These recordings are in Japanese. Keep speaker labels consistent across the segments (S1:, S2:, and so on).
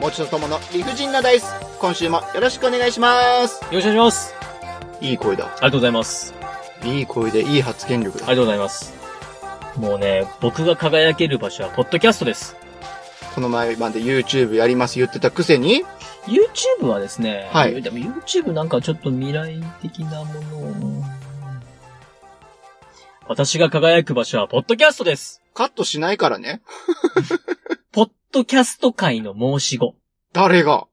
S1: もちとともの理不尽なダイス。今週もよろしくお願いします。
S2: よろしくお願いします。
S1: いい声だ
S2: あ。りがとうございます。
S1: いい声でいい発言力だ。
S2: ありがとうございます。もうね、僕が輝ける場所はポッドキャストです。
S1: この前まで YouTube やります言ってたくせに、
S2: YouTube はですね、
S1: はい
S2: でも YouTube なんかちょっと未来的なものを。私が輝く場所はポッドキャストです。
S1: カットしないからね。
S2: ポッドキャスト界の申し子。
S1: 誰が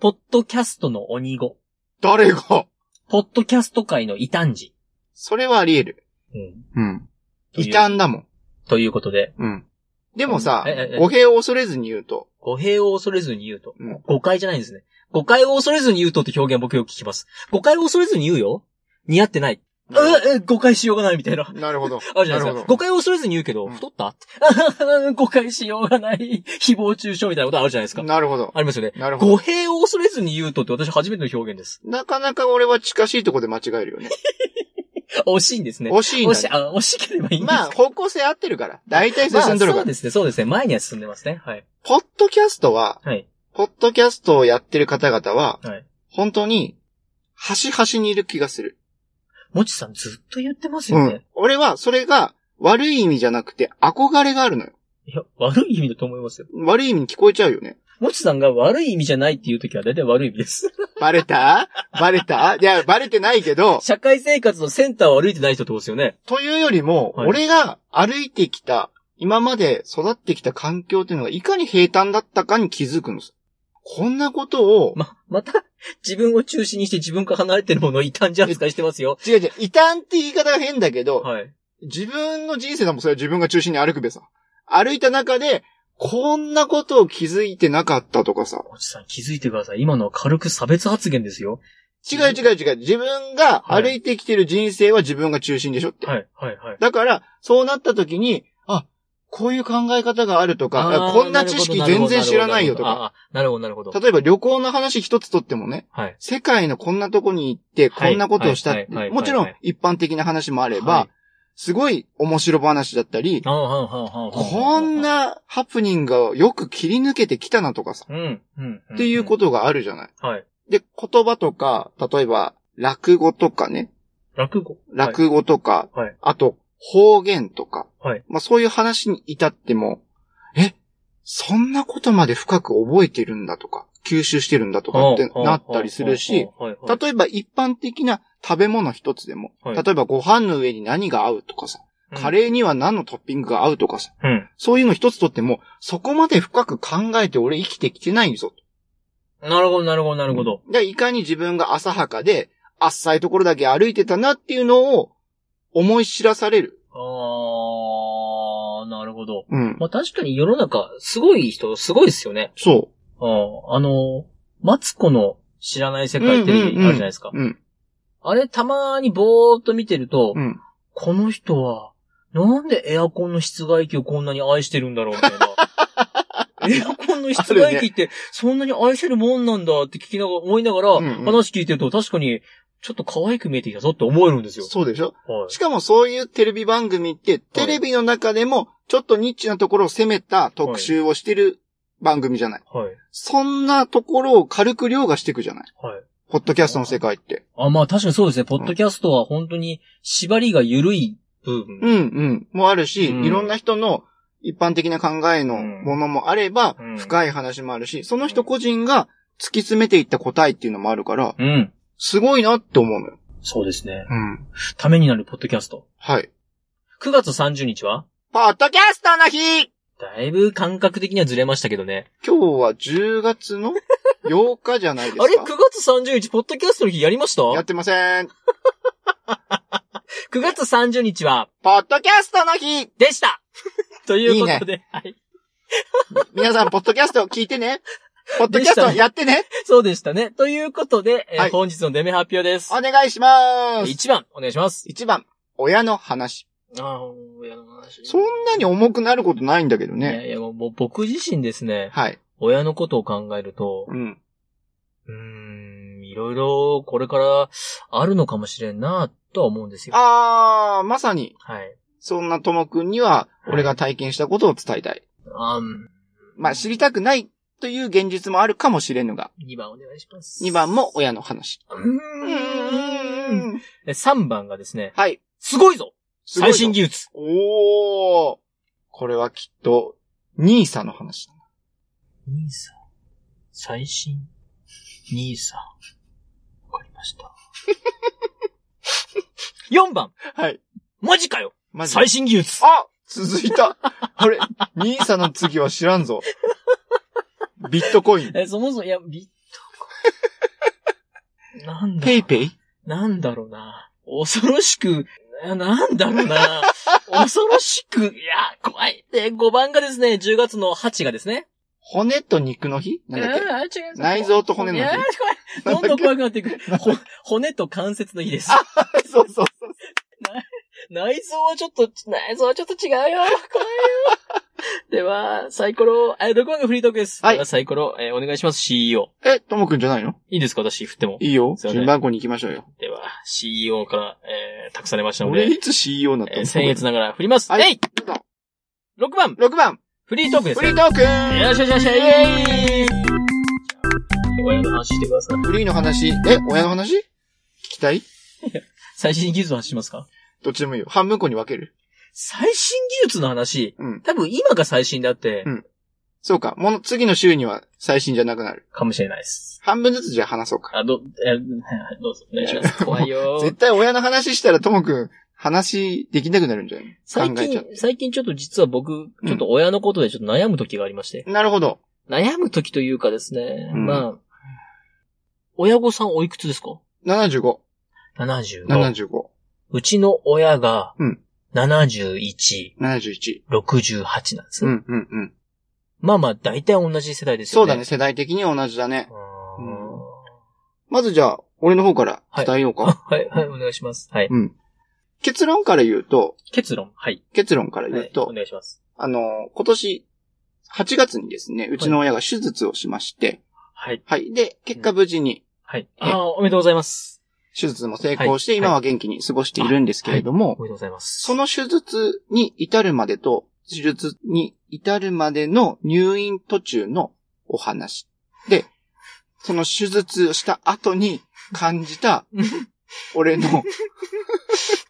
S2: ポッドキャストの鬼子。
S1: 誰が
S2: ポッドキャスト界の異端児。
S1: それはあり得る。
S2: うん。
S1: うん。
S2: という
S1: 異端だもん。
S2: ということで、
S1: うん。でもさ
S2: うんえええ、
S1: 語弊を恐れずに言うと、
S2: 語弊を恐れずに言うと。
S1: うん
S2: 誤解じゃないんですね。誤解を恐れずに言うとって表現僕よく聞きます。誤解を恐れずに言うよ似合ってない。うえ、誤解しようがないみたいな。
S1: なるほど。
S2: あるじゃ
S1: な
S2: な
S1: る
S2: い
S1: ほ
S2: です
S1: ど。
S2: か。誤解を恐れずに言うけど、
S1: うん
S2: 太った って誤解しようがない。誹謗中傷みたいなことあるじゃないですか。
S1: なるほど。
S2: ありますよね。
S1: なるほど。
S2: 語弊を恐れずに言うとって私初めての表現です。
S1: なかなか俺は近しいとこで間違えるよね。
S2: 惜しいんですね。
S1: 惜しいん
S2: 惜
S1: だ
S2: し
S1: ね。
S2: あ惜しければいいんです。
S1: まあ、方向性合ってるから。大体進んどるか
S2: まあそう
S1: ら。
S2: ですね、そうですね。前には進んでますね。はい。
S1: ポッドキャストは、
S2: はい。
S1: ポッドキャストをやってる方々は、
S2: はい。
S1: 本当に、端々にいる気がする。
S2: もちさんずっと言ってます
S1: う
S2: よね。
S1: ん。俺は、それが、悪い意味じゃなくて、憧れがあるのよ。
S2: いや、悪い意味だと思いますよ。
S1: 悪い意味に聞こえちゃうよね。
S2: もちさんが悪い意味じゃないっていう時は大体悪い意味です。
S1: バレたバレたいや、バレてないけ ど、
S2: 社会生活のセンターを歩いてない人ってことですよね。
S1: というよりも、
S2: はい
S1: 俺が歩いてきた、今まで育ってきた環境っていうのがいかに平坦だったかに気づくんです。こんなことを、
S2: ま、また、自分を中心にして自分から離れてるものを異端児扱いしてますよ。
S1: 違う違う、異端って言い方が変だけど、
S2: はい。
S1: 自分の人生だもん、それは自分が中心に歩くべさ。歩いた中で、こんなことを気づいてなかったとかさ。
S2: おじさん気づいてください。今のは軽く差別発言ですよ。
S1: 違う違う違う。自分が歩いてきてる人生は自分が中心でしょって。
S2: はい、はい、はい。
S1: だから、そうなった時に、あ、こういう考え方があるとか、
S2: あー
S1: こんな知識全然知らないよと。か。
S2: なるほどなるほどああなるほど、なるほど。
S1: 例えば旅行の話一つとってもね、
S2: はい。
S1: 世界のこんなとこに行って、
S2: はい
S1: こんなことをしたって、
S2: はいはいはい
S1: もちろ
S2: は
S1: ん
S2: い
S1: 一般的な話もあれば、
S2: はい
S1: すごい面白話だったり、
S2: ああ、はんはんはんはん
S1: こん。なハプニングがよく切り抜けてきたなとかさ、
S2: うん、うん。ん
S1: っていうこ。とがあるじゃない。
S2: はい。
S1: で、言葉とか、例えば、落語とかね、
S2: 落語。
S1: 落語とか、
S2: はいはい
S1: あと、方言とか、
S2: はい
S1: まあそういう話に至っても、え、そんなことまで深く覚えてるんだとか、吸収してるんだとかってなったりするし、、
S2: はい、はい。
S1: 例えば一般的な食べ物一つでも、
S2: はい
S1: 例えばご飯の上に何が合うとかさ、カレーには何のトッピングが合うとかさ、
S2: ー。うん。
S1: そういうの一つとっても、そこまで深く考えて俺生きてきてないぞ。
S2: なるほど、なるほど、なるほど。
S1: で、いかに自分が浅はかで、浅いところだけ歩いてたなっていうのを思い知らされる。
S2: あー、なるほど。
S1: うん。
S2: まあ、確かに世の中、すごい人、すごいですよね。
S1: そ
S2: うん。あの、マツコの知らない世界テレビあるじゃないですか。
S1: う。うん。
S2: あれ、たまにぼーっと見てると、
S1: うん。
S2: この人は、なんでエアコンの室外機をこんなに愛してるんだろうみたい な。エアコンの室外機って、そんなに愛せるもんなんだって聞きながら、思いながら、
S1: うんうん
S2: 話聞いてると、確かに、ちょっと可愛く見えてきたぞって思えるんですよ。
S1: そうでしょ
S2: はい
S1: しかもそういうテレビ番組って、テレビの中でもちょっとニッチなところを攻めた特集をしてる番組じゃない。
S2: はい。
S1: そんなところを軽く凌駕していくじゃない。
S2: はい。
S1: ポッドキャストの世界って。
S2: あ、まあ確かにそうですね。ポッドキャストは本当に縛りが緩い部分。
S1: うんうん。もあるし、
S2: うん
S1: いろんな人の一般的な考えのものもあれば、
S2: うん
S1: 深い話もあるし、その人個人が突き詰めていった答えっていうのもあるから、
S2: うん。
S1: すごいなって思うのよ。
S2: そうですね。
S1: うん。
S2: ためになるポッドキャスト。
S1: はい。
S2: 9月30日は
S1: ポッドキャストの日
S2: だいぶ感覚的にはずれましたけどね。
S1: 今日は10月 の8日じゃないですか。
S2: あれ ?9 月30日、ポッドキャストの日やりました
S1: やっ
S2: ?9
S1: てません。
S2: 月30日は、
S1: ポッドキャストの日
S2: でした ということではい。
S1: 皆さん、ポッドキャスト聞いて ね。ポッドキャストやってね。
S2: そうでしたね。ということで、えー
S1: はい
S2: 本日のデメ発表です。
S1: お願いします。
S2: 1番、お願いします。
S1: 1番、親の話。
S2: あー親の話
S1: そんなに重くなることないんだけど
S2: い
S1: ね。
S2: やいや、もうもう僕自身ですね、
S1: はい。
S2: 親のことを考えると、
S1: うん。
S2: うーん、いろいろこれからあるのかもしれんなとは思うんですよ。
S1: あー、まさに、
S2: はい。
S1: そんなともくんには、俺が体験したことを伝えたい。
S2: あん
S1: まあ、知りたくないという現実もあるかもしれぬが、
S2: 2番お願いします。
S1: 2番も親の話。
S2: うーん。で3番がですね、
S1: はい。
S2: すごいぞ
S1: すごい
S2: 最
S1: ぞ
S2: 新技術
S1: おーこれはきっと、ニーサの話だな。
S2: ニーサ最新ニーサわかりました。4番
S1: はい。
S2: マジかよ
S1: マジで
S2: 最新技術
S1: あ続いたあれ、ニーサの次は知らんぞ。ビットコ イン。
S2: え、そもそも、いや、ビッ トコイン。なんだ
S1: ペイペイ
S2: なんだろうな。恐ろしく、ななんだろ うな。恐ろしく、いや、怖い。で、5番がですね、10月の8がですね。
S1: 骨と肉の日なんだっけ
S2: あー違います
S1: 内臓と骨の日
S2: いやー 怖い。どんどん怖くなっていく。ほ骨と関節の日です。
S1: そうそうそう。
S2: 内臓はちょっと、内臓はちょっと違うよ。怖いよ。では、サイコロ、え、6番がフリートークです。
S1: はい
S2: ではサイコロ、えーお願いします、CEO。
S1: え、ともくんじゃないの
S2: いいですか私、振っても。
S1: いいよ。
S2: すいません
S1: 順番号に行きましょうよ。
S2: では、CEO から、えー、託されましたの
S1: 俺
S2: で、
S1: いつ CEO になった
S2: え
S1: の
S2: ー、僭越ながら振ります。
S1: はい
S2: えい !6 番、
S1: 6番、
S2: フリートークです。
S1: フリートーク
S2: よしよしよし、イェーイ親の話してください。
S1: フリーの話、え、親の話聞きたい
S2: 最新技術の話しますか
S1: どっちでもいいよ。半分個に分ける。
S2: 最新技術の話、
S1: うん
S2: 多分今が最新だって
S1: うん、そうか。もの、次の週には最新じゃなくなる。
S2: かもしれないです。
S1: 半分ずつじゃあ話そうか。
S2: あ、ど、えー、どうぞ、お願い します。怖いよ
S1: 絶対親の話したらともくん、話できなくなるんじゃない
S2: 最
S1: 考えちゃ
S2: 近
S1: う、
S2: 最近ちょっと実は僕、ちょっと親のことでちょっと悩む時がありまして。
S1: なるほど。
S2: 悩む時というかですね、
S1: うん
S2: まあ、親御さんおいくつですか
S1: 75。
S2: ?75。
S1: 75。
S2: うちの親が
S1: うん、
S2: 71、
S1: 71。
S2: 68なんです
S1: う
S2: ね。
S1: ん、うん、うん。
S2: まあまあ、大体同じ世代ですよ
S1: そ
S2: ね。
S1: うだね。世代的には同じだね
S2: う。ーん。
S1: うんまずじゃあ、俺の方から伝えようか。
S2: あはい、はい、お願いします。はい。
S1: うん。結論から言うと、
S2: 結論、はい。
S1: 結論から
S2: は
S1: 言
S2: いう
S1: と、
S2: お願いします。
S1: あの、今年8月にですね、うちの親が手術をしまして、
S2: はい。
S1: はい。で、結果無事に
S2: はい。ああ、おめでとうございます。
S1: 手術も成功して、
S2: はい
S1: 今は元気に過ごしているんですけれども、
S2: おめでとうございます。
S1: その手術に至るまでと、手術に至るまでの入院途中のお話。で、その手術した後に感じ た、俺の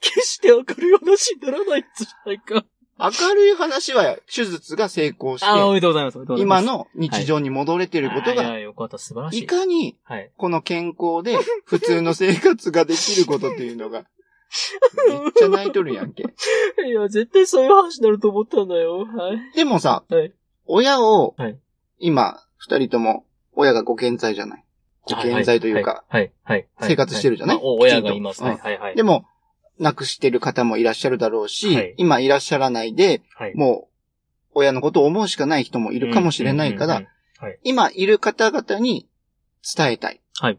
S2: 決して明るい話にならないじゃないか。
S1: 明るい話は手術が成功し
S2: ああ、お
S1: て、
S2: めでとうございます。おめでとうござい
S1: 今
S2: ます。
S1: の日常に戻れてること
S2: あーい
S1: が、
S2: や、よかった、素晴らし
S1: い
S2: い。
S1: かに
S2: はい。
S1: この健康で普通の生活ができることっていうのが、めっちゃ泣いとるやんけ。
S2: いや、絶対そういう話になると思ったんだよ。はい。
S1: でもさ、
S2: はい
S1: 親を、
S2: はい
S1: 今、二人とも、親がご健在じゃない。ご健在というか、
S2: はい、はい。はい
S1: 生活してるじゃない
S2: まあお親がいま
S1: き
S2: す。
S1: ち
S2: は
S1: ん
S2: い、
S1: と
S2: はい、はい。
S1: でも、亡くしてる方もいらっしゃるだろうし、
S2: はい
S1: 今いらっしゃらないで、
S2: はい、
S1: もう、親のことを思うしかない人もい
S2: い
S1: るかもしれないから、。今いる方々に伝えたい。
S2: はい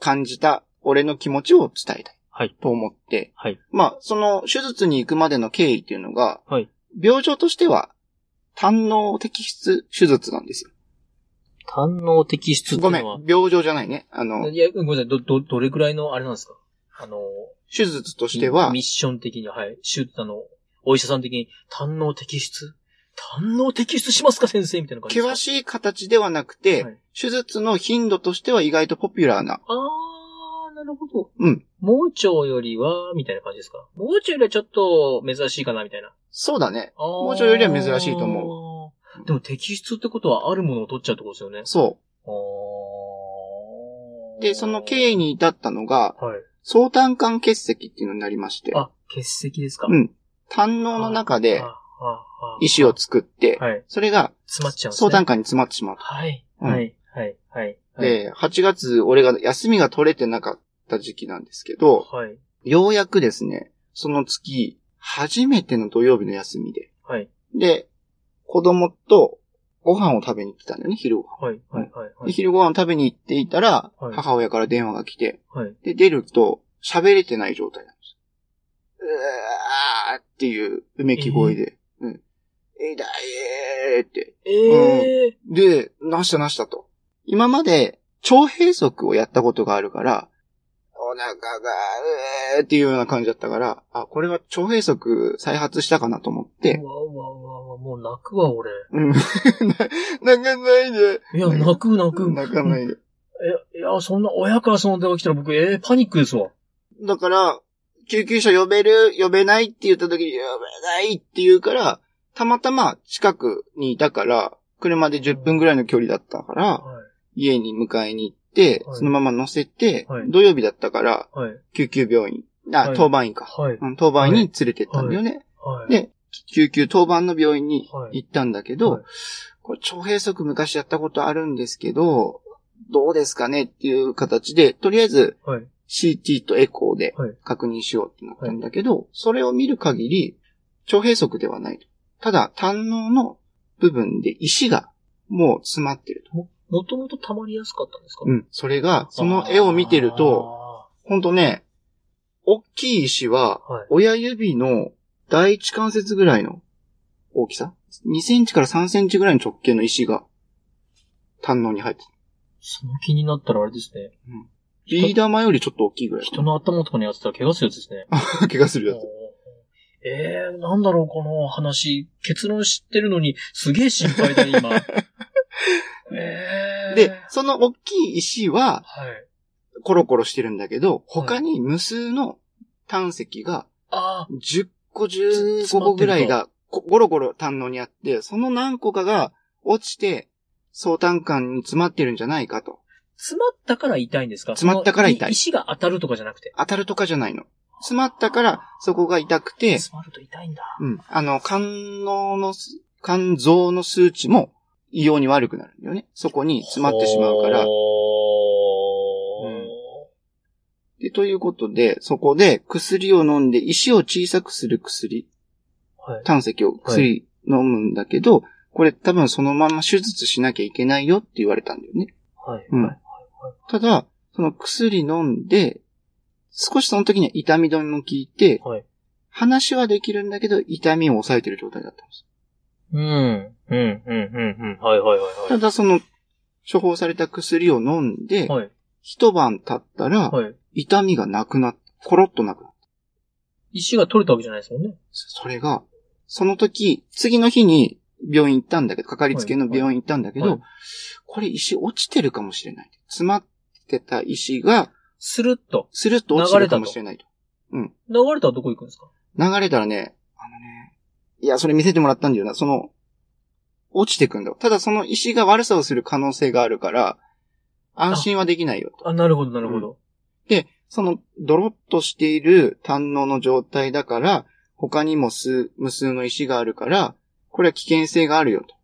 S1: 感じた俺の気持ちを伝えたい。
S2: はい
S1: と思って、
S2: はい
S1: まあ、その手術に行くまでの経緯っていうのが、
S2: はい
S1: 病状としては、胆の摘出手術なんですよ。
S2: 単能摘出ってい
S1: ご
S2: う
S1: め
S2: のは
S1: ん、、病状じゃないね。あの、
S2: いや、ごめんなさい、ど、ど、どれくらいの、あれなんですかあの、
S1: 手術としては
S2: ミッ、ション的に、はい、シュートあの、お医者さん的に、胆能摘出胆能摘出しますか先生みたいな感じですか
S1: 険しい形ではなくて、
S2: はい
S1: 手術の頻度としては意外とポピュラーな。
S2: あー、なるほど。
S1: うん。
S2: 盲腸よりは、みたいな感じですか盲腸よりはちょっと珍しいかな、みたいな。
S1: そうだね。
S2: 盲
S1: 腸よりは珍しいと
S2: 思う。でも摘出ってことはあるものを取っちゃうってことですよね。
S1: そ
S2: あ
S1: う。で、その経緯。に至ったのが、
S2: はい。
S1: 相単管結石っていうのになりまして、
S2: あ、欠席ですか
S1: うん。胆のの中で
S2: あああ
S1: 石を作って、
S2: はい。
S1: それが
S2: 詰まっちゃうんですね。
S1: 相談会に詰まってしまうと。
S2: はい。
S1: うん
S2: はい。はい。はい。はい、
S1: で、8月、俺が休みが取れてなかった時期なんですけど、
S2: はい。
S1: ようやくですね、その月、初めての土曜日の休みで。
S2: はい。
S1: で、子供とご飯を食べに来たんだよね、昼ご飯。
S2: はい。はい。はい。は
S1: で、
S2: い。
S1: 昼ご飯を食べに行っていたら、
S2: はい
S1: 母親から電話が来て、
S2: はい。
S1: で、出ると、喋れてない状態なんです。うわーっていう、うめき声で、うん。痛いーって。
S2: ええ
S1: で、なしたなしたと。今まで、腸閉塞をやったことがあるから、腹が、うーっていうような感じだったから、あ、これは腸閉塞再発したかなと思って、
S2: うわうわうわうわ、もう泣くわ、俺。
S1: うん。 な泣かないで。
S2: いや、泣く泣く。
S1: 泣かないで。
S2: え、いや、そんな、親からその電話来たら僕、えーパニックですわ。
S1: だから、救急車呼べる、呼べないって言った時に、呼べないって言うから、たまたま近くにいたから、車で10分ぐらいの距離だったから、
S2: は
S1: 家に迎えに行って、
S2: はい
S1: そのまま乗せて、
S2: はい
S1: 土曜日だったから、
S2: い。はい。
S1: 救急病院、あ、
S2: はい
S1: 当番院か。
S2: はい。
S1: うん当番院に連れてったんだよね。
S2: はい。
S1: で救急当番の病院に
S2: はい
S1: 行ったんだけど、
S2: はい
S1: これ腸閉塞昔やったことあるんですけど、どうですかねっていう形で、とりあえず
S2: はい。
S1: CT とエコーで
S2: はい
S1: 確認しようってなったんだけど、それを見る限り、腸閉塞ではないと。ただ、胆のの部分で石がもう詰まってると。
S2: も、もともと溜まりやすかったんですか
S1: うん。それが、その絵を見てると、
S2: と、
S1: ほんとね、大きい石は、
S2: はい。
S1: 親指の第一関節ぐらいの大きさ ?2 センチから3センチぐらいの直径の石が、胆のに入ってた。
S2: その気になったらあれですね。
S1: ビー玉よりちょっと大きいぐらい
S2: 人の頭とかにやってたら怪我するやつですね。
S1: の 気がするやつ。
S2: えー、なんだろう、この話。結論知ってるのに、すげえ心配 だ、今。えー。
S1: で、その大きい石は
S2: はい。
S1: コロコロしてるんだけど、他に無数の胆石が
S2: あ
S1: 10個、15個ぐらいがこゴロゴロ胆のにあって、その何個かが落ちて、相胆管に詰まってるんじゃないかと。
S2: 詰まったから痛いんですか
S1: 詰まったから痛い
S2: その石が当たるとかじゃなくて。
S1: 当たるとかじゃないの。詰まったから、そこが痛くて、
S2: 詰まると痛いんだ。
S1: うん。あの、肝ののす、肝臓の数値も異様に悪くなるんだよね。そこに詰まってしまうから。
S2: ほー
S1: うんでということで、そこで薬を飲んで石を小さくする薬、
S2: はい。
S1: 胆石を薬飲むんだけど、これ多分そのまま手術しなきゃいけないよって言われたんだよね。
S2: はい。
S1: うん
S2: はい。
S1: ただ、その薬飲んで、少しその時には痛み止めも効いて、
S2: はい。
S1: 話はできるんだけど、痛みを抑えてる状態だったんです。
S2: うん。うん、うん、うん、うん。はい、はい、はい。
S1: ただその、処方された薬を飲んで、
S2: はい。
S1: 一晩経ったら、
S2: はい。
S1: 痛みがなくなっコロッとなくなった。
S2: 石が取れたわけじゃないですもんね。
S1: それが、その時、次の日に病院行ったんだけど、かかりつけの病院行ったんだけど、
S2: はい
S1: これ石落ちてるかもしれない。詰まってた石が、
S2: スルッと。
S1: スルッと落ちてるかもしれないと。
S2: 流れたらどこ行くんですか
S1: 流れたらね、あのね、いや、それ見せてもらったんだよな。その、落ちてくんだよ。ただその石が悪さをする可能性があるから、安心はできないよと。
S2: あ、なるほど、なるほど。
S1: で、その、ドロッとしている胆のの状態だから、他にも数、無数の石があるから、これは危険性があるよと。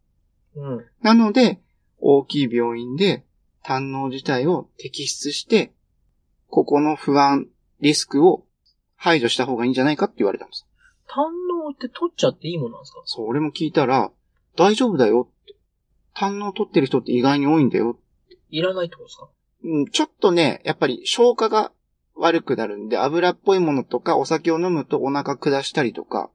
S2: うん。
S1: なので、大きい病院で胆の自体を摘出して、ここの不安、リスクを排除した方がいいんじゃないかって言われたんです。
S2: 胆のって取っちゃっていいもんなんですか
S1: そう、俺も聞いたら、大丈夫だよって。胆の取ってる人って意外に多いんだよ。
S2: いらないってことですか
S1: うん、ちょっとね、やっぱり消化が悪くなるんで、油っぽいものとかお酒を飲むとお腹下したりとか、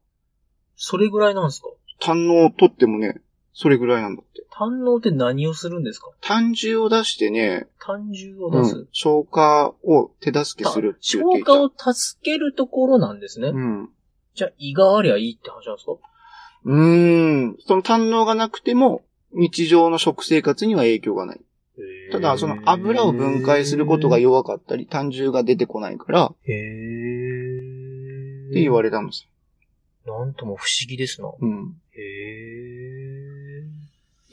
S2: それぐらいなんですか
S1: 胆のを取ってもね、それぐらいなんだって。
S2: 胆のって何をするんですか
S1: 胆汁を出してね、
S2: 胆汁を
S1: う
S2: 出す。
S1: ん、消化を手助け
S2: た
S1: するって言って
S2: 消
S1: いた。
S2: 化を助けるところなんですね。
S1: うん。
S2: じゃあ胃がありゃいいって話なんですか
S1: うーん。その胆のがなくても、日常の食生活には影響がない。ただ、その油を分解することが
S2: よ
S1: 弱かったり、胆汁が出てこないから、
S2: へ
S1: っ
S2: ー
S1: て言われたんです。
S2: なんとも不思議ですな。
S1: うん。
S2: へー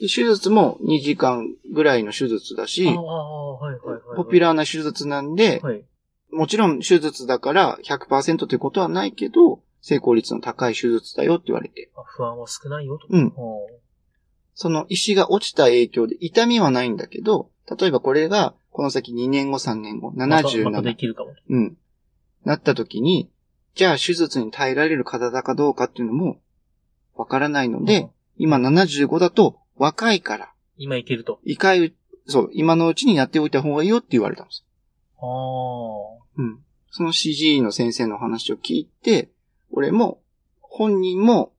S1: で手術も2時間ぐらいの手術だし
S2: あ、あ、はいはいはい、はい。
S1: ポピュ
S2: ラ
S1: ラーな手術なんで、
S2: はい。
S1: もちろん手術だから100%ということはないけど、成功率の高い手術だよって言われて。
S2: あ不安は少ないよと。
S1: うん
S2: あー
S1: その石が落ちた影響で痛みはないんだけど、例えばこれがこの先2年後3年後、
S2: またまた
S1: 77
S2: で、きるかも。
S1: うん、なった時に、じゃあ手術に耐えられる体かどうかっていうのもわからないので、
S2: うん、
S1: 今75だと若いから、
S2: 今いけると。
S1: 一回、そう、今のうちにやっておいた方がいいよって言われたんです。
S2: ああ。
S1: うん。その CG の先生の話を聞いて、俺も、本人も、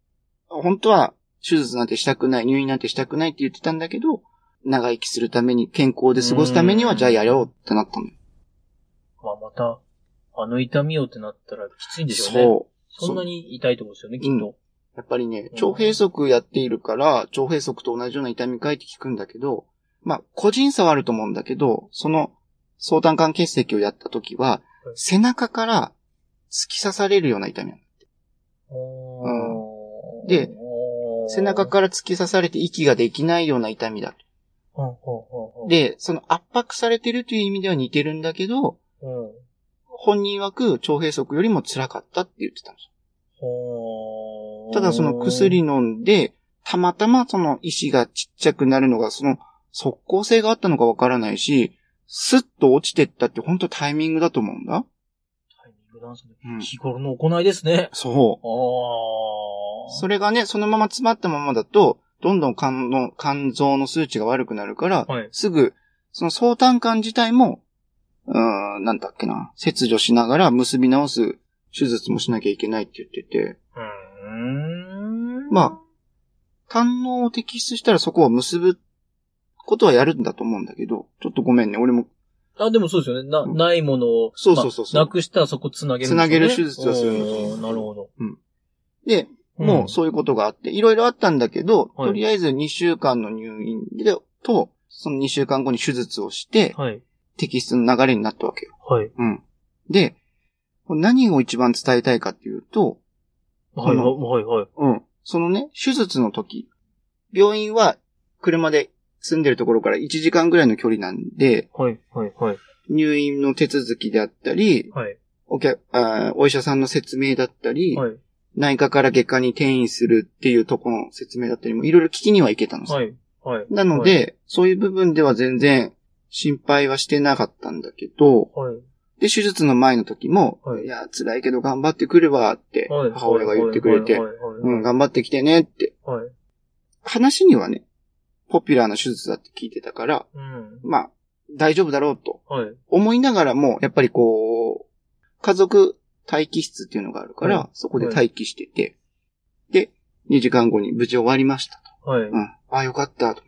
S1: 本当は手術なんてしたくない、入院なんてしたくないって言ってたんだけど、長生きするために、健康で過ごすために
S2: う
S1: は、
S2: ん
S1: じゃあやろうってなったの。
S2: まあ、また、あの痛みをってなったらきついんでしょうね。
S1: そう。
S2: そんなに痛いってことですよね、きっと。
S1: やっぱりね
S2: う、ん
S1: 腸閉塞やっているから、腸閉塞と同じような痛みかいって聞くんだけど、まあ、個人差はあると思うんだけど、その、相談管結石をやった時は
S2: は、い
S1: 背中から突き刺されるような痛みなの。
S2: おー
S1: で、
S2: おー
S1: 背中、から突き刺されて息ができないような痛みだと。
S2: うんうんうんうん、
S1: で、その圧迫されてるという意味では似てるんだけど、
S2: うん、
S1: 本人曰く腸閉塞よりも辛かったって言ってたんです
S2: ほ
S1: よ。
S2: ー
S1: ただその薬、飲んで、たまたまその石がちっちゃくなるのが、その即効性があったのかわからないし、スッと落ちてったって本当タイミングだと思うんだ。
S2: タイミングダンスね
S1: うん
S2: 日頃の行いですね。
S1: そ
S2: あ
S1: う。
S2: あ。
S1: それがね、そのまま詰まったままだと、どんどん肝の、肝臓の数値が悪くなるから、
S2: はい。
S1: すぐ、その相談管自体も、うーん、なんだっけな、切除しながら結び直す手術もしなきゃいけないって言ってて、
S2: うーん。
S1: ま胆のを摘出したらそこを結ぶことはやるんだと思うんだけど、ちょっとごめんね、俺も、
S2: あ。でもそうですよね。な、
S1: うん
S2: ないものを、
S1: そうそうそうそう
S2: まあなくしたらそこつなげるんですよね、
S1: つなげる手術をするんですよ
S2: おーなるほど。
S1: で、もう
S2: そ
S1: そういうことがあって、いろいろあったんだけど、
S2: はい
S1: とりあえず2週間の入院で、と、その2週間後に手術をして、
S2: はい。
S1: 摘出の流れになったわけよ。
S2: はい。
S1: うん。で、何を一番伝えたいかっていうと、
S2: はい、
S1: あの
S2: はい、はい。
S1: うん。そのね、手術の時、病院は車で住んでるところから1時間ぐらいの距離なんで、
S2: はい、はい、はい。
S1: 入院の手続きであったり、
S2: はい。
S1: お客、あーお医者さんの説明だったり、
S2: はい。
S1: 内科から外科に転移するっていうところの説明だったりも、いろいろ聞きにはいけたのさ。
S2: はい。はい。
S1: なので、そういう部分では全然心配はしてなかったんだけど、
S2: はい、はい。
S1: で、手術の前の時も、
S2: はい
S1: い、や、辛いけど頑張ってくるわって、
S2: はい。
S1: 母親が言ってくれて
S2: はい、、はい。
S1: うん、頑張ってきてねって、
S2: はい。はい
S1: 話にはね、ポピュラーな手術だって聞いてたから、
S2: うん。
S1: まあ、大丈夫だろうと
S2: はい。
S1: 思いながらも、やっぱりこう、家族待機室っていうのがあるから、
S2: はい
S1: そこで待機してて、で、2時間後に無事終わりましたと。
S2: はい。
S1: うん。ああ、よかったと。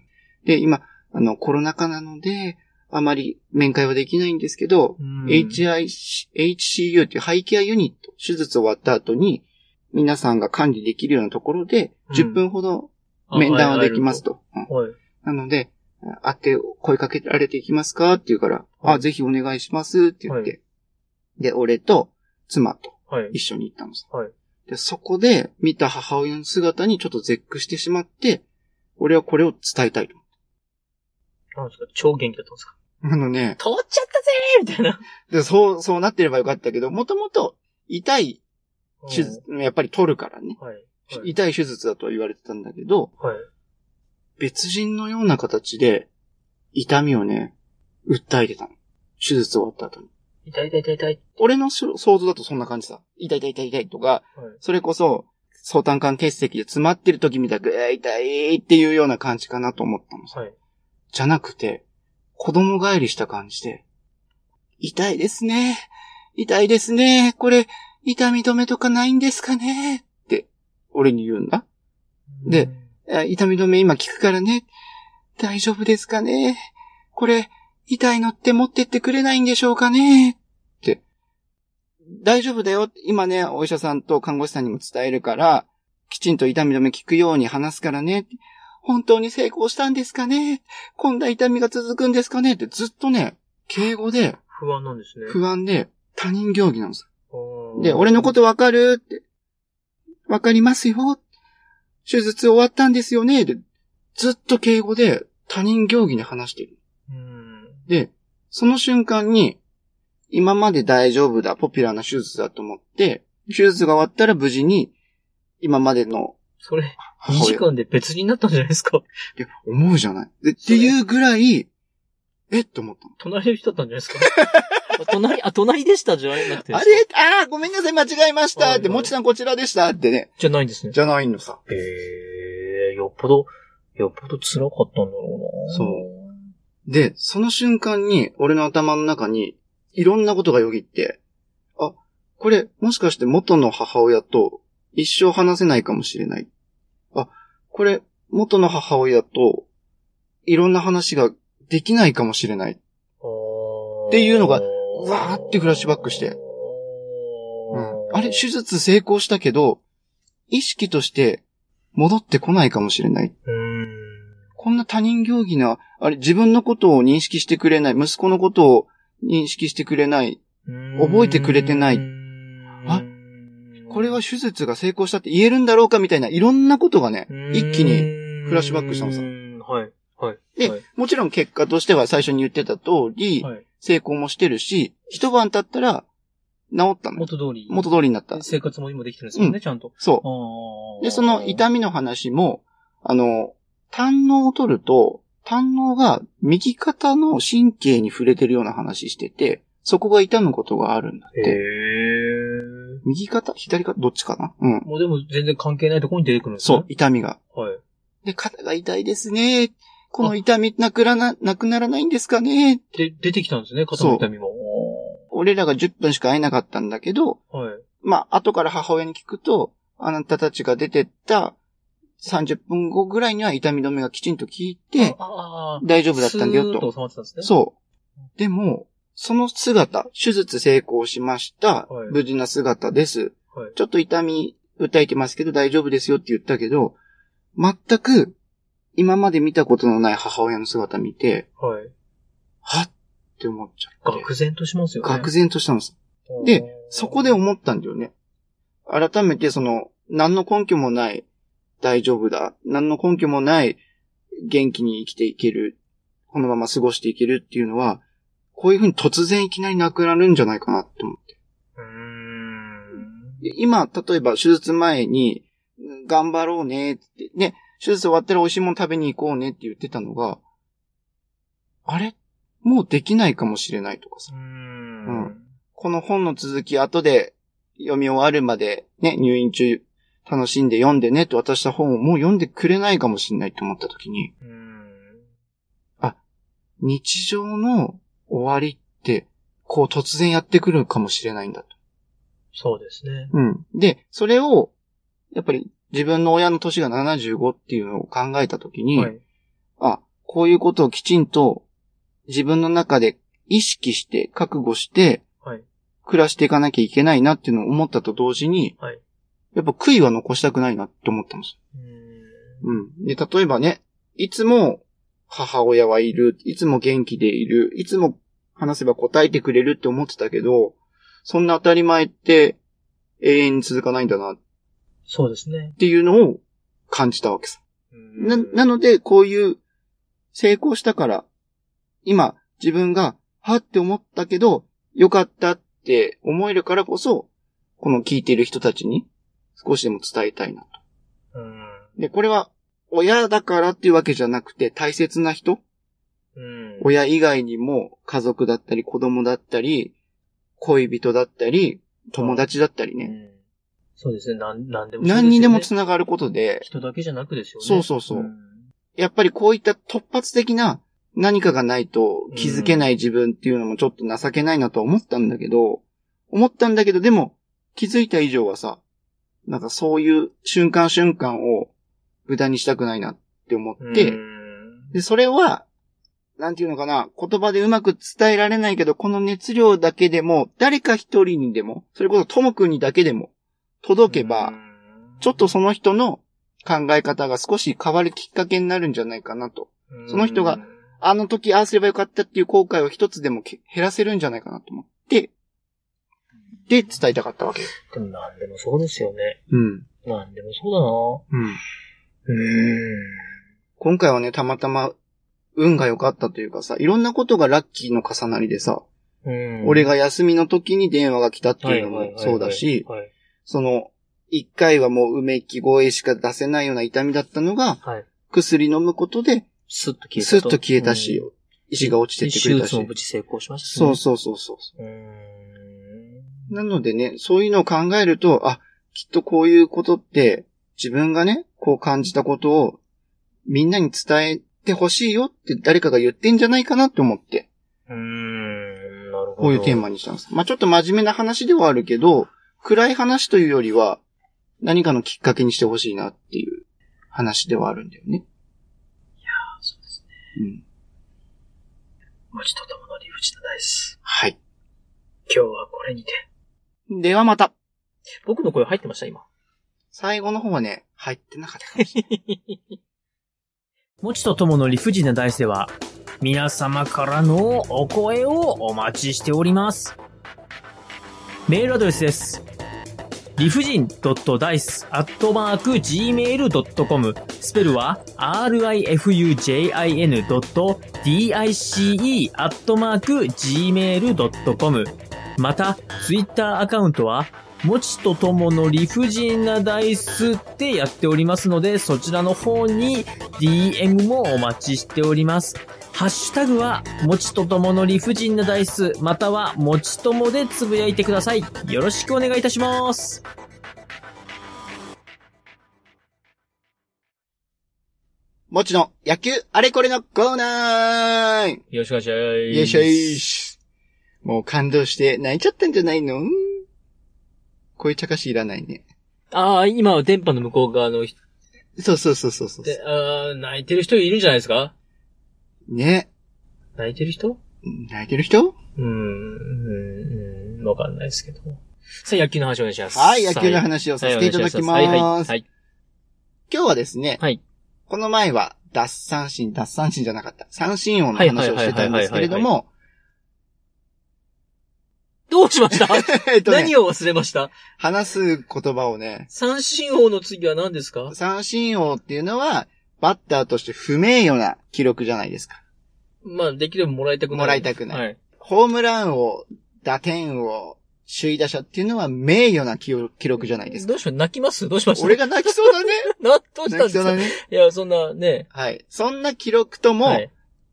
S1: で、今、あの、コロナ禍なので、あまり面会はできないんですけど、
S2: うん。
S1: HIC HCU っていうハイケアユニット、手術終わった後に、皆さんが管理できるようなところで、
S2: うん
S1: 10分ほど面談はできます
S2: と。
S1: と。うん
S2: はい。
S1: なので、会って声かけられていきますかって言うから、
S2: はい
S1: あ、ぜひお願いしますって言って。
S2: は
S1: で、俺と妻と
S2: はい
S1: 一。緒に行ったんです。
S2: はい
S1: で、そこで見た母親の姿にちょっと絶句してしまって、俺はこれを伝えたいと。
S2: なんですか超元気だったんですか
S1: あのね、
S2: 通っちゃったぜーみたいな。
S1: でそう、そうなってればよかったけど、もともと痛い手術、やっぱり取るからね、
S2: はい。はい。
S1: 痛い手術だとは言われてたんだけど、
S2: はい。
S1: 別人のような形で痛みをね、訴えてたの。手術終わった後に。
S2: 痛い痛い痛い痛い。
S1: 俺のし想像だとそんな感じさ。痛い痛い痛い痛いとか、
S2: はい。
S1: それこそ、相談管結石で詰まってる時みたく、えー痛いっていうような感じかなと思ったのさ。
S2: はい。
S1: じゃなくて、子供帰りした感じで、痛いですね。痛いですね。これ、痛み止めとかないんですかねって、俺に言うんだ。で
S2: うん、
S1: あ痛み止め今効くからね。大丈夫ですかねこれ、痛いのって持ってってくれないんでしょうかねって。大丈夫だよ。今ね、お医者さんと看護師さんにも伝えるから、きちんと痛み止め効くように話すからね。本当に成功したんですかねこんな痛みが続くんですかねってずっとね、敬語で
S2: 不安なんですね。
S1: 不安で他人行儀なんです。
S2: 安。
S1: で、俺のこととわかるって。わかりますよ。手術終わったんですよね。で、ずっと敬語で他人行儀に話してる。
S2: うん。
S1: で、その瞬間に、今まで大丈夫だ、ポピュラーな手術だと思って、手術が終わったら無事に、今までの
S2: それ、2
S1: 母
S2: 時
S1: 親っ
S2: 間で別になったんじゃないですか
S1: て思うじゃない。でっていうぐらい、えっと思ったの。
S2: 隣の人だったんじゃないですかあ 隣、あ、隣でしたじゃなくて。
S1: あれああ、ごめんなさい、間違えました
S2: はい
S1: って、もちさんこちらでしたってね。
S2: じゃないんですね。
S1: じゃないのさ。
S2: へえー、よっぽど、よっぽど辛かったんだろうな
S1: そうで、その瞬間に、俺の頭の中に、いろんなことがよぎって、あ、これ、もしかして元の母親と一生話せないかもしれない。あ、これ、元の母親といろんな話ができないかもしれない。
S2: って
S1: いうのがわーってフラッシュバックして。あれ、手術成功したけど、意識として戻ってこないかもしれない。
S2: うん。
S1: こんな他人行儀な、あれ、自分のことを認識してくれない、息子のことを認識してくれない。覚えてくれてない。あこれは、手術が成功したって言えるんだろうかみたいな、いろんなことがね、一気に。
S2: フ
S1: フラッシュバックしたのさ
S2: はい。はい。
S1: で
S2: はい、
S1: もちろん結果としては最初に言ってた通り、
S2: はい。
S1: 成功もしてるし、一晩経ったら治ったの。
S2: 元通り。
S1: 元通りになった。
S2: 生活も今できてるんですよ
S1: う
S2: ね、ちゃんと。
S1: そう。
S2: あー
S1: で、その、痛みの話も、あの、胆のを取ると、胆のが右肩の神経に触れてるような話してて、そこが痛むことがあるんだっ
S2: へ
S1: て。
S2: ー
S1: 右肩左肩どっちかなうん。
S2: もうでも全然関係ないところに出てくるんです
S1: そう
S2: ね、。
S1: 痛みが。
S2: はい。
S1: で、肩が痛いですね。この痛みなくらな、なくならないんですかね
S2: で、出てきたんですね、肩の痛みも。
S1: 俺らが10分しか会えなかったんだけど、
S2: あーはい。
S1: まあ、後から母親に聞くと、あなたたちが出てった30分後ぐらいには痛み止めがきちんと効いて、
S2: ああ、
S1: 大丈夫だったんだよ
S2: スーッ
S1: と。
S2: と収まってたんですね。
S1: そう。でも、その姿、手術成功しました。
S2: はい
S1: 無事な姿です。
S2: はい
S1: ちょっと痛み、訴えてますけど大丈夫ですよって言ったけど、全く、今まで見たことのない母親の姿見て、
S2: はい。
S1: はっって思っちゃって。
S2: 愕然としますよね。
S1: 愕然としたんです。で、そこで思ったんだよね。改めてその、何の根拠もない、大丈夫だ。何の根拠もない、元気に生きていける。このまま過ごしていけるっていうのは、こういうふうに突然いきなりなくなるんじゃないかなって思って。
S2: うーん。
S1: で今、例えば手術前に、うん頑張ろうねって、ね、手術終わったら美味しいもの食べに行こうねって言ってたのが、あれもうできないかもしれないとかさ
S2: う。ー。
S1: うんこの本の続き、後で読み終わるまで、ね、入院中、楽しんで読んでねって渡した本をもう読んでくれないかもしれないと思った時に、
S2: うーん。
S1: 日常の終わりって、こう突然やってくるかもしれないんだと。
S2: そうですね。
S1: うん。で、それを、やっぱり自分の親の年が75っていうのを考えた時に、
S2: はい。
S1: あ、こういうことをきちんと自分の中で意識して、覚悟して、
S2: はい。
S1: 暮らしていかなきゃいけないなっていうのを思ったと同時に、
S2: はい
S1: やっぱ悔いは残したくないなって思ったんです
S2: うーん
S1: よ。うん。で、例えばね、いつも母親はいる、いつも元気でいる、いつも話せば答えてくれるって思ってたけど、そんな当たり前って永遠に続かないんだなっ
S2: そうですね。
S1: ていうのを感じたわけさ。な、
S2: な
S1: なので、こういう成功したから、今自分が、はって思ったけど、よかったって思えるからこそ、この聞いている人たちに少しでも伝えたいなと。
S2: うん。
S1: で、これは親だからっていうわけじゃなくて、大切な人、
S2: うん。
S1: 親以外にも家族だったり子供だったり、恋人だったり、友達だったり
S2: う
S1: ね。
S2: んそうですね。なん、なんでもそうすよね
S1: 何にでもつながることで、
S2: 人だけじゃなくですよね。
S1: そうそうそう
S2: うん
S1: やっぱりこういった突発的な何かがないと気づけない自分っていうのもちょっと情けないなとは思ったんだけど、思ったんだけど、でも気づいた以上はさ、なんかそういう瞬間瞬間を無駄にしたくないなって思って、
S2: うん
S1: で、それは、なんていうのかな、言葉でうまく伝えられないけど、この熱量だけでも、誰か一人にでも、それこそともくんにだけでも、届けば、
S2: うん
S1: ちょっとその人の考え方が少し変わるきっかけになるんじゃないかなと。その人が
S2: うん
S1: あの時ああすればよかったっていう後悔を一つでもけ減らせるんじゃないかなと思って、で、伝えたかったわけよ。
S2: でも何でもそうですよね。
S1: うん。
S2: 何でもそう
S1: うん。
S2: だな。うん。
S1: 今回はね、たまたま、運が良かったというかさ、いろんなことがラッキーの重なりでさ、
S2: うん
S1: 俺が休みの時に電話が来たっていうのもそうだし、
S2: はい
S1: その、一回はもううめき声しか出せないような痛みだったのが、
S2: はい。
S1: 薬飲むことで、
S2: スッと消えた。
S1: スッと消えたし
S2: うん、
S1: 石が落ちてってくれ
S2: 手
S1: た
S2: 術も
S1: し
S2: 無。事成功しました
S1: そ
S2: ね。
S1: うそうそうそう。
S2: う。うん。
S1: なのでね、そういうのを考えると、あ、きっとこういうことって、自分がね、こう感じたことを、みんなに伝えてほしいよって誰かが言ってんじゃないかなって思って、
S2: うん。なるほど。
S1: こういうテーマにしたんです。まあちょっと真面目な話ではあるけど、暗い話というよりは、何かのきっかけにしてほしいなっていう話ではあるんだよね。
S2: そうです
S1: う
S2: ね。
S1: ん。
S2: 持ちとたまの理不尽なダイス。
S1: はい。
S2: 今日はこれにて。
S1: ではまた
S2: 僕の声入ってました、今。
S1: 最後の方はね、入ってなかったかもしれない。
S3: もちとともの理不尽なダイスでは、皆様からのお声をお待ちしております。メールアドレスです。理不尽 .dice.gmail.com スペルは rifujin.dice.gmail.com また、ツイッターアカウントは、もちとともの理不尽なダイスってやっておりますので、そちらの方に DM もお待ちしております。ハッシュタグは、もちとともの理不尽なダイス、または、もちともでつぶやいてください。よろしくお願いいたします。
S1: もちろん、野球あれこれのコーナー
S2: よろしくお願いします。
S1: よいしょいし。もう感動して泣いちゃったんじゃないのこういう茶化しいらないね。
S2: ああ、今は電波の向こう側の人
S1: そうそうそうそうそう。
S2: で、ああ、泣いてる人いるんじゃないですか
S1: ね。
S2: 泣いてる人
S1: 泣いてる人
S2: うーん、うーん、わかんないですけど。さあ、野球の話お願いします。
S1: はい、野球の話をさせていただきます。
S2: はい、はい、はい。
S1: 今日はですね、
S2: はい。
S1: この前は脱三振、脱三振じゃなかった。三振音の話をしてたんですけれども、
S2: どうしました
S1: えっとね
S2: 何、を忘れました
S1: 話す言葉をね、
S2: 三振王の次は何ですか
S1: 三振王っていうのは、バッターとして不名誉な記録じゃないですか。
S2: まあ、できればもらいたくない。
S1: もらいたくない
S2: はい。
S1: ホームラン王、打点王、首位打者っていうのは名誉な記記録じゃないですか。
S2: どうしました泣きますどうしました
S1: 俺が泣きそうだね。
S2: な、 どうしたん
S1: 泣
S2: で
S1: きそ
S2: す
S1: うだ
S2: か
S1: ね。
S2: いや、そんな、ね。
S1: はい。そんな記録と
S2: は
S1: も
S2: い、。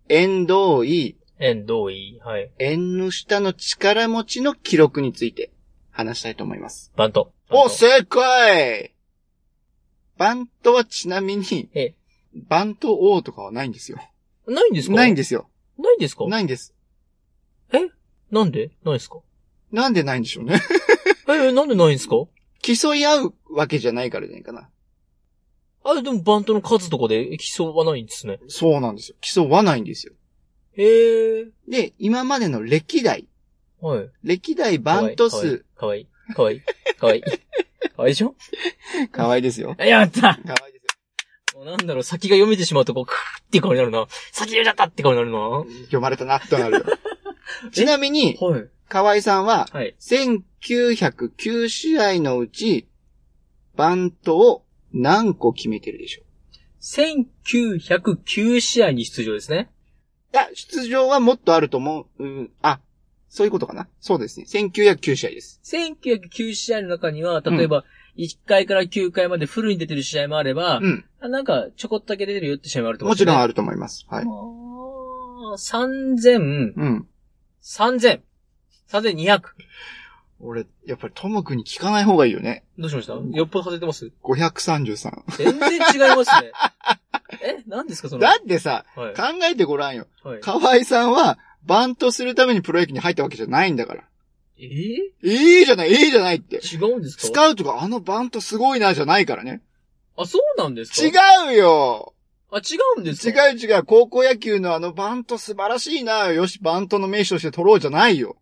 S1: 縁遠い、
S2: 遠同意。はい。
S1: 縁の下の力持ちの記録について話したいと思います。
S2: バント。バン
S1: お、
S2: ト
S1: 正解バントはちなみに、
S2: ええ
S1: バント王とかはないんですよ。
S2: ないんですか
S1: ないん
S2: で
S1: ですよ。
S2: す。ないんですか
S1: ないんです。
S2: なんでないですか
S1: なんでないんでしょうね。
S2: え、なんでないんですか
S1: 競い合うわけじゃないからじゃないかな。
S2: あ、でもバントの数とかで競わないんですね。
S1: そうなんですよ。競わないんですよ。
S2: へえ。
S1: で、今までの歴代、
S2: はい。
S1: 歴代バント数、
S2: かわいい。かわいい。かわいい。かわいいで しょ
S1: 可愛いですよ。
S2: やった
S1: 可愛いです
S2: もうなんだろう、先が読めてしまうとこう、クーって顔になるな。先読めちゃったって顔になるな。は
S1: よ。読まれたな、とな るよ。ちなみに、
S2: い。
S1: 河合さんは、
S2: はい。
S1: 1909試合のうち、バントを何個決めてるでしょう
S2: 1909試合に出場ですね。
S1: いや、出場はもっとあると思う。うん、あ、そういうことかな。そうですね。1909試合です。
S2: 1909試合の中には、例えば、1回から9回までフルに出てる試合もあれば、
S1: うん。
S2: あなんか、ちょこっとだけ出てるよって試合もあると思
S1: もちろんあ
S2: る。
S1: ると思います。はい。
S2: あー3000、
S1: うん。
S2: 3000、3200。
S1: 俺、やっぱりともくんに聞かない方がいいよね。
S2: どうしましたよっぽど外れてます
S1: 533。
S2: 全然違い ますね。え、何ですかその。
S1: だってさ、
S2: はい。
S1: 考えてごらんよ。
S2: はい、
S1: 河合さんは、バントするためにプロ野球に入ったわけじゃないんだから。
S2: え
S1: いいじゃない、いいじゃないって。
S2: ー違うんですか
S1: スカウトがあのバントすごいな、じゃないからね。
S2: あ、そうなんですか
S1: 違うよ
S2: あ、違うんです
S1: 違
S2: か違う。
S1: う違う、高校野球のあのバント素晴らしいな、よし、バントの名手として取ろうじゃないよ。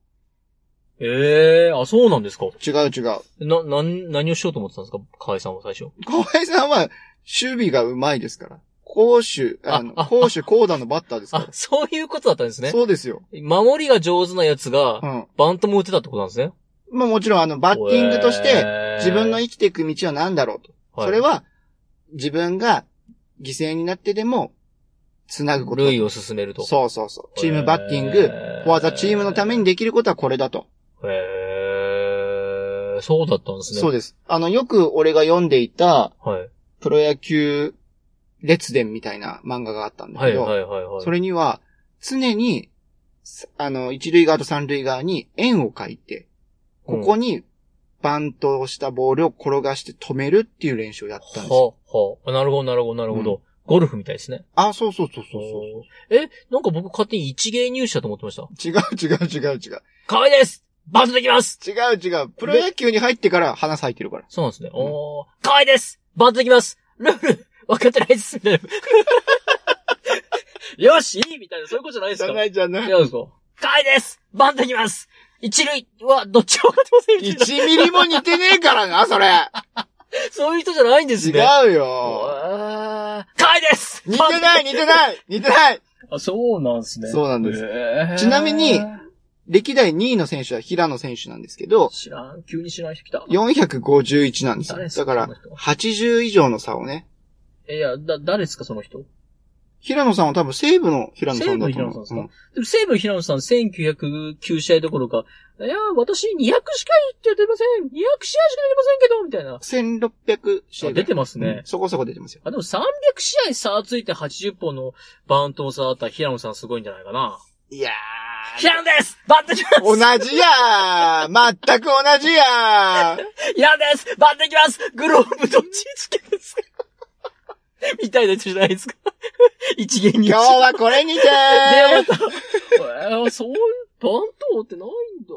S2: ええー、あ、そうなんですか
S1: 違う違う。
S2: な、なん、何をしようと思ってたんですか河合さんは最初。
S1: 河合さんは、守備が上手いですから。攻守、あの、
S2: ああ
S1: 攻守、攻打のバッターですか
S2: あ
S1: ら、。
S2: そういうことだったんですね。
S1: そうですよ。
S2: 守りが上手なやつが
S1: う、ん。
S2: バントも打てたってことなんですね。
S1: まあもちろん、あの、バッティングとして、
S2: て
S1: 自分の生きていく道は何だろうと。それ
S2: は
S1: は、自分が犠牲になってでも、繋ぐこ
S2: い、
S1: と。
S2: 類を進めると。
S1: そうそうそう。チームバッティン
S2: へ
S1: グ、
S2: ー
S1: フォアザチームのためにできることはこれだと。
S2: へえ、そうだったんですね。
S1: そう
S2: で
S1: です。あの、よく俺が読んでいた、
S2: す。はい。
S1: プロ野球列伝みたいな漫画があったんだ
S2: は
S1: け
S2: い
S1: ど、
S2: はいはいはい。
S1: それには、常に、あの、一塁側と三塁側に円を書いて、ここにバントをしたボールを転がして止めるっていう練習をやったんですよ。
S2: はあ、はあ。なるほど、なるほど、なるほど。ゴルフみたいですね。
S1: あ、そうそうそうそうそう。
S2: え、なんか僕勝手に一芸入試だと思ってました。
S1: 違う違う違う違う。
S2: 可愛いですバントできます
S1: 違う違う。プロ野球に入ってから花咲いてるから。
S2: そうなんですね。おー、可愛いですバントできますルール分かってない ですみたいな。よしいいみたいな、そういうことじゃないですか
S1: いじゃな
S2: 違うんですか可愛いですバントできます一類はどっちも分かってませんみたい
S1: 1ミリも似てねえからな、それ。
S2: な。そういう人じゃないんですね。
S1: 違う
S2: う
S1: よ。
S2: わー可愛いです
S1: 似てない、似てない、似てない。
S2: あ、そうなんですね。
S1: そうなんです
S2: へー
S1: ちなみに歴代2位の選手は平野選手なんですけど、
S2: 知らん、急に知らん人来た。
S1: 451なんです
S2: 誰
S1: よ。
S2: です
S1: だ
S2: か
S1: から
S2: その人、
S1: 80以上の差をね。
S2: えいや、だ、誰ですか、その人。
S1: 平野さんは多分西武の平野さんだと思う。
S2: 西武の平野さんですでも西武の平野さん1909試合どころか、いや、私200しかやってません !200 試合しかやりませんけどみたいな。
S1: うん1600試合
S2: あ
S1: ぐら
S2: 出
S1: い。
S2: てます
S1: う
S2: ね
S1: ん。そこそこ出てますよ。
S2: あ、でも300試合差ついて80本のバウントを差あったら平野さんすごいんじゃないかな。
S1: いや
S2: 平野ですバッてきま
S1: ー。同じやー全く同じやー
S2: す平野ですバッてきますグローブどっちにつけますかみたいな人じゃないですか一元に一
S1: 今日はこれにてー
S2: えー、そういう、バントってないんだ。